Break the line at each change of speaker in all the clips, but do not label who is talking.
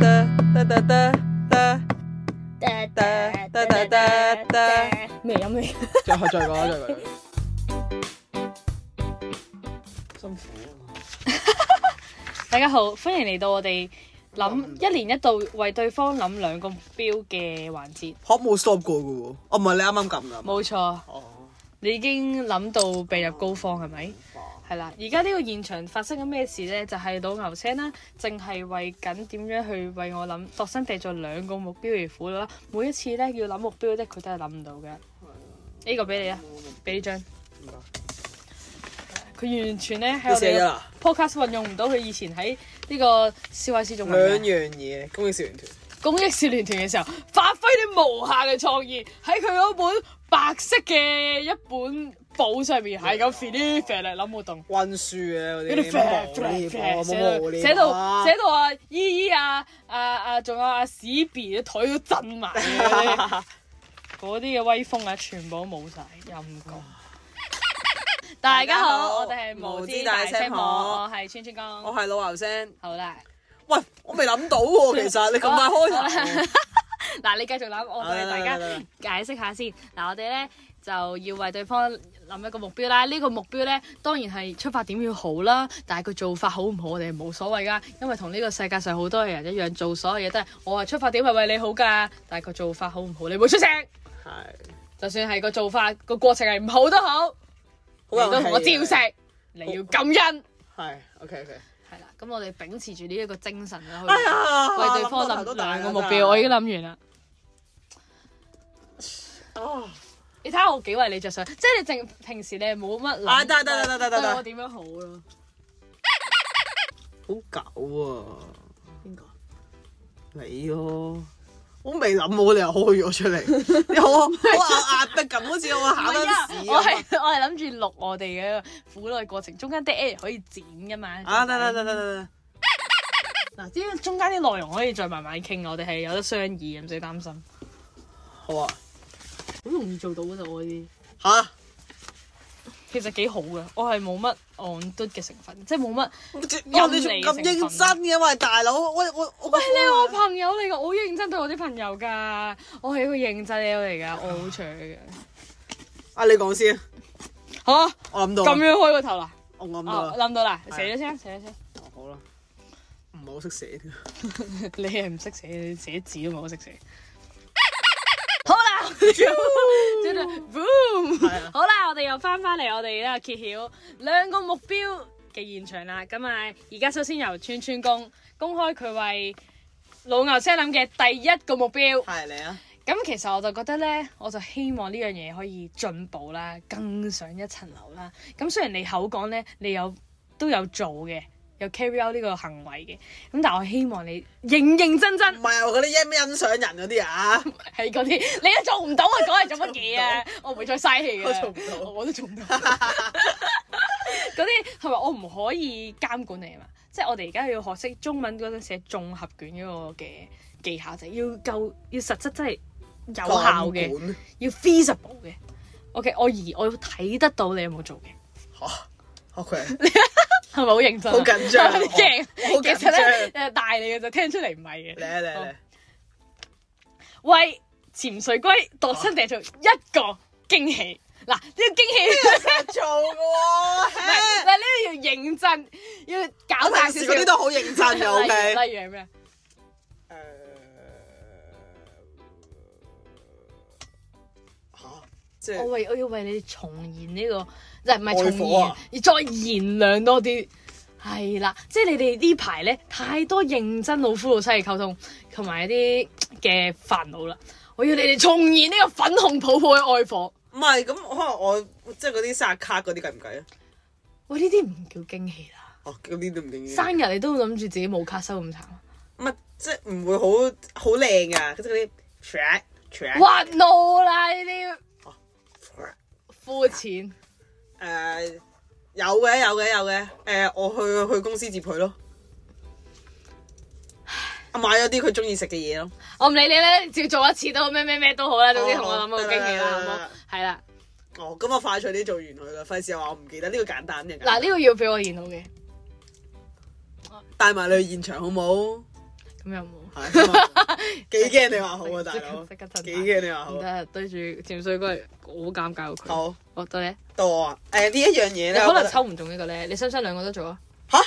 得得得得，
噠
噠噠噠噠噠
咩音嚟？
再再講啦，再講。辛苦啊嘛！
大家好，歡迎嚟到我哋諗一年一度為對方諗兩個目標嘅環節。
可冇 stop 過嘅喎，哦唔係你啱啱撳㗎。
冇錯，
哦，
你已經諗到避入膏肓係咪？係啦，而家呢個現場發生緊咩事呢？就係、老牛車啦，淨係為緊點樣去為我諗度身訂做兩個目標而苦惱啦。每一次呢，要諗目標呢，佢都係諗唔到嘅。呢個俾你啊，俾呢張。佢完全呢，喺
你
我
寫咗
哋嘅
啦，
podcast 運用唔到佢以前喺呢個笑話市仲
兩樣嘢，公益少年團。
公益少年團嘅時候，發揮你無限嘅創意，喺佢嗰本白色嘅一本簿上面係啊咁 f i l i f i l 諗活動，
温書嘅嗰
嗰啲
啲
flat
冇
flat
呢波，
flat
冇冇呢
寫到寫到啊姨姨啊啊啊，仲有啊史 B 嘅台都震埋 嘅嗰啲嗰啲嘅威風啊，全部都冇晒，陰公。大家
大家好
好，我哋係無知大聲婆，
我
我係川川江。
我係老牛聲。
好啦，
喂，我未諗 到喎，其實你咁快開頭，
嗱，你繼續諗，我哋大
嚟嚟嚟嚟
家解釋下先。嗱，我哋咧就要為對方諗一個目標啦。呢、個目標咧，當然係出發點要好啦，但係佢做法好唔好，我哋冇所謂噶。因為同呢個世界上好多人一樣，做所有嘢都係我係出發點係為你好㗎，但係佢做法好唔好，你唔會出聲。
係
就算係個做法個過程係唔好都好，你
有
都同我
氣
照
嘅
食，你要感恩。
係 OK OK。
係啦，咁我哋秉持住呢一個精神 啦，去
哎 呀，
為對方
諗
諗
到大
兩
啦
個目
真係
標。我已經諗完啦。
哦
你睇下我幾為你着想，即係你淨平時你係冇乜
啊
諗，
得得得得得
對
得
我點樣好咯？
好狗啊！邊個？你咯，我未諗好，你又開咗 出嚟，你好好有壓迫感，好似我考緊試
我
咁
係 我係諗住錄我哋嘅苦耐過程，中間啲 a 可以剪噶嘛？
啊！得得得得得，
嗱，呢個中間啲內容可以再慢慢傾，我哋係有得商議，唔使擔心。
好啊
好容易做到嘅啫，我啲
嚇！
其實幾好嘅，我係冇乜 on 嘟嘅成分，即係冇乜。
我哋仲咁認真嘅，喂大佬，我我我喂
你係我朋友嚟㗎，我好認真對我啲朋友㗎，我係一個認真嘅 嚟㗎，我好搶嘅。
啊！你講先，
好啊，
我諗到啦
咁，樣開個頭啦，
我諗到
哦
啦，
諗到啦，
係
寫咗先， 寫咗先。
哦好啦，唔係好識寫添，
你係唔識寫，你寫字都唔係好識寫。好 啦，真係 boom！
係啊，
好啦，我哋又翻翻嚟我哋呢個揭曉兩個目標嘅現場啦。咁啊，而家首先由川川公公開佢為老牛車諗嘅第一個目標。
係你啊，
咁其實我就覺得呢，我就希望呢樣嘢可以進步啦，更上一層樓啦。咁雖然你口講呢，你有都有做嘅，有 carry out 呢個行為嘅，咁但我希望你認認真真
唔。係啊我嗰啲欣唔欣賞人嗰啲啊，
係嗰啲， 你都做唔到啊！講嚟做乜嘢 啊？我唔會再嘥氣嘅，
我做唔到
我都做 唔到。嗰啲係咪我唔可以監管你啊嘛？即係我哋而家要學識中文嗰陣寫綜合卷嗰個嘅技巧，就係要夠要實質真係有效嘅，
嘅
要 feasible 嘅。OK，我而我要睇得到你有冇做嘅，
嚇，OK，
係咪好認真啊？
好緊張啊，
係咪 驚，
我好緊
其實咧
張，
誒大你嘅就聽出嚟唔係嘅。
嚟啊嚟啊嚟啊！
為潛水龜度身訂造一個驚喜。嗱，呢、個驚
啊
喜
做嘅
唔
喎
係，嗱呢個要認真，要 搞
我
大啊
平
少
時
少。
嗰啲都好認真 嘅
例
，OK
如。例如係咩啊？
誒嚇，即
我
係
為我要為你重現呢、個，即係唔係
愛
重
火
現，
啊
要再燃亮多啲。係啦，即係你哋呢排咧太多認真老夫老妻嘅溝通，同埋一啲嘅煩惱啦。我要你哋重現呢個粉紅泡泡嘅愛火。
唔係咁？可能我即係嗰啲生日卡嗰啲計唔計啊？
喂，呢啲唔叫驚喜啦，
哦，嗰啲都唔定嘅，
生日你都諗住自己冇卡收咁慘。
唔係即係唔會好好靚啊！即係嗰啲 track track
哇 no 啦！呢啲
track，
膚淺，
誒有嘅有嘅有嘅誒，我去去公司接佢咯。我買咗啲佢中意食嘅嘢咯，
我唔理你咧，照做一次都好咩咩咩都好啦，總之同我諗個驚喜啦，
哦
好冇？係啦，
哦，咁我快脆啲做完佢啦，費事又話我唔記得呢個簡單嘅。
嗱呢個要俾我見到嘅，
帶埋你去現場好冇？
咁又冇。
係咁啊幾驚你話好啊，大
即
佬
刻，即刻震
幾
下
驚你話好
唔
啊。
得，對住潛水哥嚟，好尷尬喎佢。
好
我到你，
到我啊！誒呢一樣嘢
你
咧，
可
我覺
能
得
抽唔中呢個咧，你想唔想兩個都做啊？
吓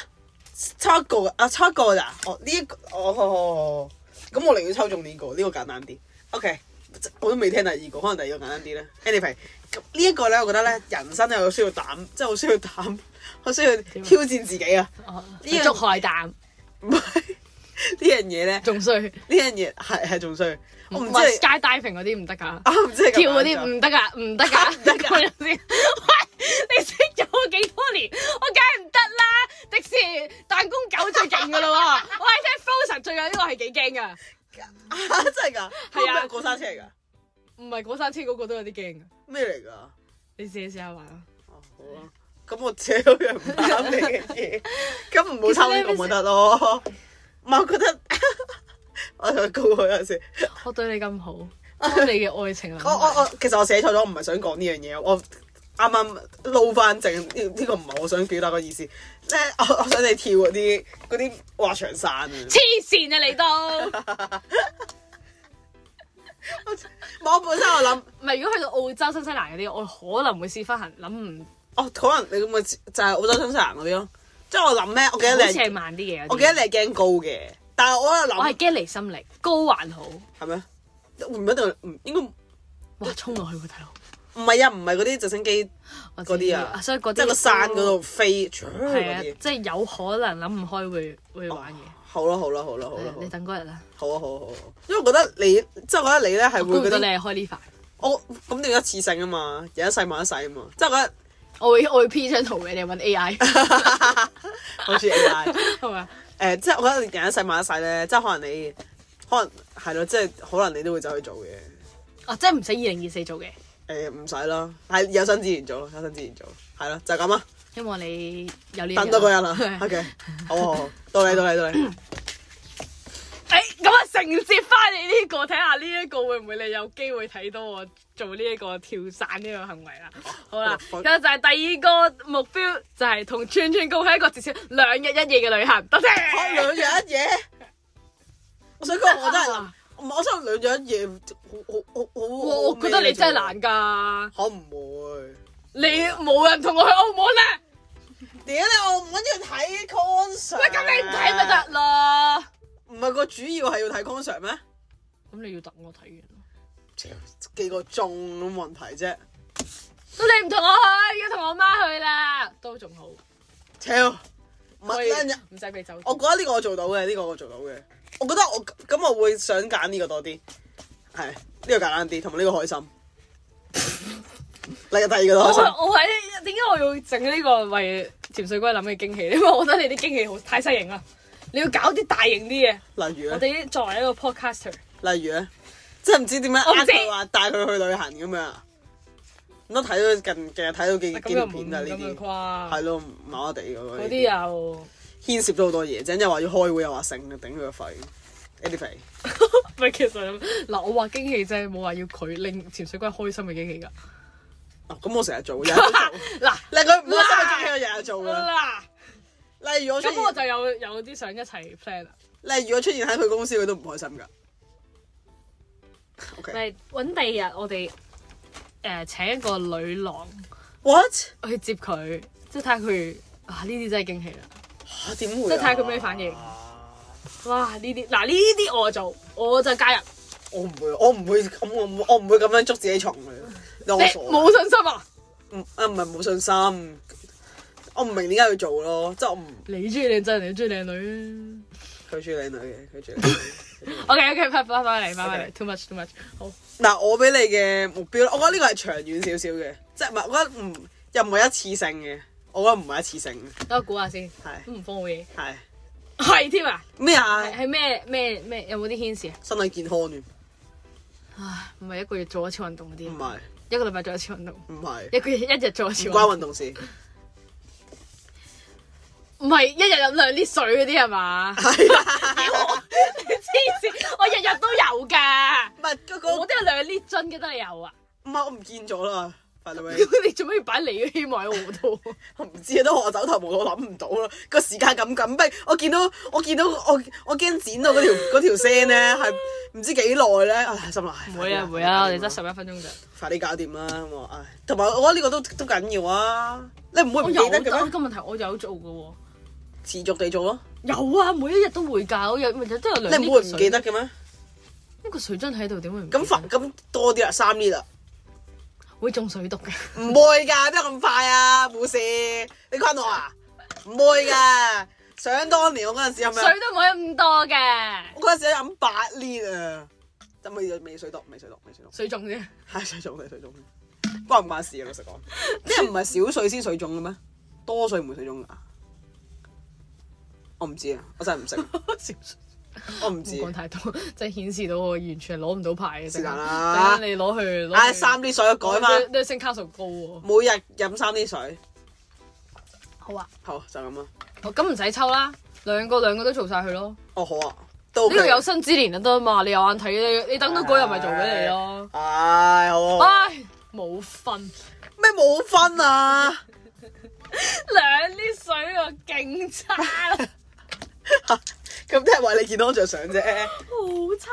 抽一個啊，抽一個咋？哦呢一個，哦好好好好咁我寧願抽中呢個，呢個簡單啲。OK，我都未聽第二個，可能第二個簡單啲咧。Anyway，咁呢一個咧，我覺得咧，人生係好需要膽，即係好需要膽， 好需要挑戰自己啊！
哦，
呢樣
捉海 膽
唔係呢樣嘢咧，呢
仲衰，
樣嘢係係仲衰，我唔知
話
你
sky diving 嗰啲唔得㗎。
啊，唔知你咁
跳嗰
樣
啲
做
唔得㗎，唔得㗎，
唔得㗎
講咗先。 喂，你識咗我幾多年，我梗係唔得啦！迪士尼彈弓狗最勁㗎啦喎，我 係聽 Frozen 最近呢個係幾驚㗎，
啊真係㗎，
係啊
嗰個過山車嚟㗎，
唔係嗰山車嗰個都有啲驚㗎。
咩嚟㗎？
你試試下玩啊！
哦好啊，咁我扯嗰樣唔啱你嘅嘢，咁唔好抽呢個咪得咯。唔係，我覺得 我想告佢有時，
我對你 咁好，當你嘅愛情
我我我其實我寫錯咗，我唔係想講呢樣嘢，我啱啱撈翻正呢呢個唔係我想表達個意思，即係我我想你跳嗰啲嗰啲滑翔傘 啊，
黐線啊！你都
我我本身我諗。
唔係如果去到澳洲、新西蘭嗰啲，我可能會試翻行，諗唔
哦，可能你咁嘅就係澳洲新西蘭嗰啲咯，即係我諗咧，我記得
好似
你
係
係，
慢啲嘢嗰啲。
我記得你係驚高嘅，但係我喺度
我係
諗
驚離心力，高還好。
係咩？唔一定，唔應該
哇！衝落去喎，大佬！
唔係啊，唔係嗰啲直升機，
我知
嗰啲啊
所以嗰啲
即係個山嗰度飛，
都係啊
嗰，啲。
即係有可能諗唔開會會玩嘅。
好啦好啦好啦好
係
啦
啊你等嗰日啦，
好啊好啊好啊，因為我覺得你即係我覺得你咧係
估唔
會
到
嗰
你
啲，
係開呢塊，
我咁你一次性啊嘛，有一世冇一世啊嘛，即 係我覺得
我會我會 P 張圖俾你揾 AI
好似 AI。
係咪啊？
誒、即係我覺得你人一世買一世咧，即係可能你可能係咯，即係可能你都會走去做嘅。
哦，即係唔使二零二四做嘅，
誒唔使啦，係有生之年做咯，有生之年做，係咯，就係咁啊啦，
希望你有呢一
等多個人啊啦
係
，OK，好好好，到你到你到你，
誒咁啊，承接翻你呢、個，睇下呢一個會唔會你有機會睇到我做呢一個跳傘呢個行為啦。好啦，
好
咁就係第二個目標，就係同串串共喺一個至少兩日一夜嘅旅行。多
開
謝。
兩樣一嘢，我想講我真係諗，唔係我想兩樣一嘢，好好好好，
哇我覺得你真係難，㗎，
我唔會，
你冇人同我去澳門咧，
屌你我唔緊要睇 concert，
喂咁你唔睇咪？得咯。
唔係個主要係要睇 concert 咩？
咁你要等我睇完咯。
幾個鐘咁問題啫，
咁你唔同我去，要同我媽去啦，都仲好。
屌，唔
可
係
以
兩樣
唔使俾酒店。
我覺得呢個我做到嘅，呢、個我做到嘅。我覺得我咁我會想揀呢個多啲，係呢、個簡單啲，同埋呢個開心。 你嘅第二個
我
都開心，
我喺點解我要整呢個為潛水龜諗嘅驚喜咧？因為 我覺得你啲驚喜好太西型啦，你要搞啲大型啲嘅。
例如
我
咧，
哋呢作為一個 podcaster，
例如咧，即係唔知點樣
我唔
呃
知
佢話帶佢去旅行咁樣啊。咁都睇到近近日睇到幾
咁
幾
又
條
唔
片啊，呢
咁樣
啲
誇
係。咯，麻麻地嗰個
嗰啲啊又
牽涉咗好多嘢，陣又話要開會，又話剩，頂佢個肺。anyway，
喂，其實嗱，我話驚喜啫，冇話要佢令潛水龜開心嘅驚喜㗎。
哦咁我成日做，日日都做。
嗱
例如佢唔開心嘅經歷，我日日 做㗎。
嗱，
例如我出
咁我
現，
就有有啲想一齊 plan 啊啦。
例如我出現喺佢公司，佢都唔開心㗎。O K。
咪揾第二日我哋誒、呃、請一個女郎
what
去接佢，即係睇下佢哇呢啲真係驚喜啦！
嚇點會啊？
即係睇下佢咩反應哇呢啲嗱呢啲我做，我就加入，
我唔會，我唔會咁，我唔我唔會咁樣捉自己蟲嘅。
你
你我傻啊
冇信心啊！
唔啊，唔係冇信心。我唔明點解要做咯，即係我唔
你中意靚仔定中意靚女
佢中意靚女嘅，佢中意 靚女。
啊？OK OK，翻翻翻嚟，翻翻嚟
OK
，too much too much，好
嗱，我俾你嘅目標，我覺得呢個係長遠少少嘅，即係唔係我覺得唔又唔係一次性嘅，我覺得唔係一次性嘅，
等我估下先，都
係
唔慌嘅嘢，
係
係添啊！
咩啊
係？係咩咩咩？有冇啲牽涉啊？
身體健康嘅，
唉，唔係一個月做一次運動嗰
唔
啲，啊
係
一個禮拜做一次運動，
唔係
一個月一日做一次
唔
運
關
動，
運動事，
唔係一日飲兩 l 水嗰啲係嘛？
係啊
黐線，我日日都有㗎，
唔係嗰個
我都有兩 l 樽嘅得你有啊！
唔係我唔見咗啦， by the way
你做咩要擺你嘅希望喺我度？
我唔知啊，都我走投無路，諗唔到啦。個時間咁緊迫，我見到我見到我我驚剪到嗰條 嗰條聲咧，係唔知幾耐咧。唉，心諗唉
唔會啊，唔會
快啲
啊，
搞掂
我哋得十一分鐘咋。
快啲搞掂啦咁啊！唉，同埋我覺得呢個都都緊要啊。你唔會
我
唔記
有
得
得
嘅咩？
個問題，我有做嘅喎。
持續地做咯，
有啊，每一日都會㗎，我有日日都有
你
兩呢
唔會
個
唔
水。
記得嘅咩？
呢個水樽喺度點會唔記得？
咁煩咁多啲啦，啊三 l 啦，
會中水 毒嘅。
唔會㗎，邊有咁快啊？冇事，你坤我啊？唔會㗎，想當年我嗰陣時係咪啊？
水都唔可以咁多嘅，
我嗰陣時飲八 l 啊，就未未水毒，未水毒，未水毒。
水中啫。
係水腫嘅水腫嘅，關唔關事啊？老實講，啲人唔係少水先水腫嘅咩？多水唔會水腫噶。我唔知啊，我真係唔識，我唔
唔講
知。
太多，即係顯示到我完全係攞唔到牌嘅。
是但啦
陣間你攞去攞去。
唉，三啲水改嘛，
都升卡數高喎。
每日飲三啲水，
好啊，
好就咁啦。
好咁唔使抽啦，兩個兩個都做晒佢咯。
哦，好啊，都
呢度有生之年就得嘛，你有眼睇，你你等到嗰日咪做俾你咯。。
唉，好啊。好啊
唉，冇分
咩冇分啊？
兩啲水啊，勁差啦，
咁都係為你健康着想啫，為
好差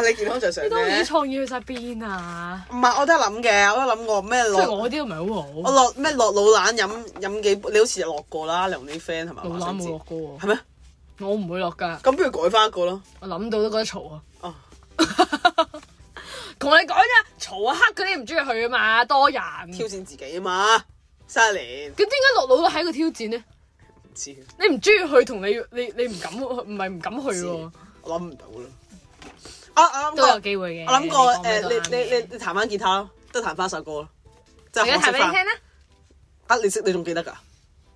啊！
你健康着想
你當年
啫。
創意去晒邊啊？
唔係，我都係諗嘅，我都諗過咩
即係
落
我啲都唔係
我
好
落咩落老蘭飲飲幾杯，你好似落過啦，你同啲 friend 係咪？
好，老攬冇落過喎。
係咩？
我唔會落噶，
咁不如改翻一個咯。
我諗到都覺得嘈啊！
哦，
同你講啫，嘈啊黑嗰啲唔中意去啊嘛，多人。
挑
咁
戰自己啊嘛，三年
點解落老係一個挑戰呢？
唔知嘅，
你唔中意去同你你你唔敢去唔係唔敢去喎，
我諗唔到啦。啊，我
都有
諗過，
機會嘅。
我諗過
你講咩都
誒，你
啱
你
嘅
你你彈翻吉他咯，都彈翻首歌咯，即
我而
係
家
學
彈
識
俾你
翻
聽。啦。
啊，你識你仲記得㗎？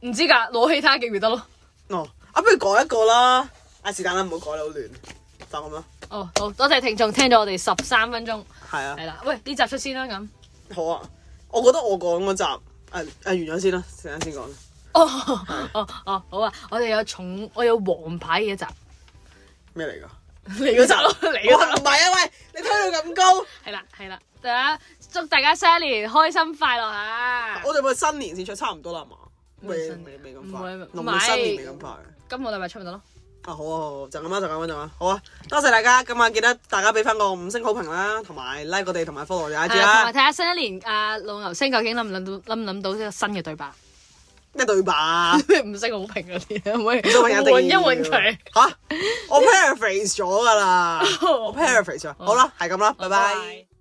唔知㗎，攞起睇下記唔記得咯。
哦，啊，不如改一個啦。啊，是但啦，唔好改啦，好亂。就咁啦，
哦，好多謝聽眾聽咗我哋十三分鐘，
係啊
係，啦。喂，呢集出先啦咁。
好啊。我覺得我講嗰集，誒誒完咗先啦，陣間先講啦。
哦哦哦，好啊！我哋有重，我有黃牌嘅一集，
咩嚟㗎？
你嗰集 咯，你嗰集
哇唔係啊，喂，你推到咁高，
係啦，係啦，大家祝大家新一年開心快樂啊！
我哋咪新年先出，差唔多啦係嘛？未
新
未
年
未咁
唔
快，
會
農曆新年未咁快。
今個禮拜出咪得咯？
啊好啊好啊，就咁啦就咁啦就咁啦，好啊！多謝大家，咁啊記得大家俾翻個五星好評啦，同埋 like 我哋，同埋 follow 我哋
啊
IG
同埋
啦
睇。下新一年啊，老牛星究竟諗唔諗到諗唔諗到呢個新嘅對白？
咩對白啊？
唔識好評嗰啲， 可唔可以
都一定
換一換佢？
啊嚇！
哦
我 paraphrase 咗㗎啦，我 paraphrase 咗。好啦，係咁啦，拜拜。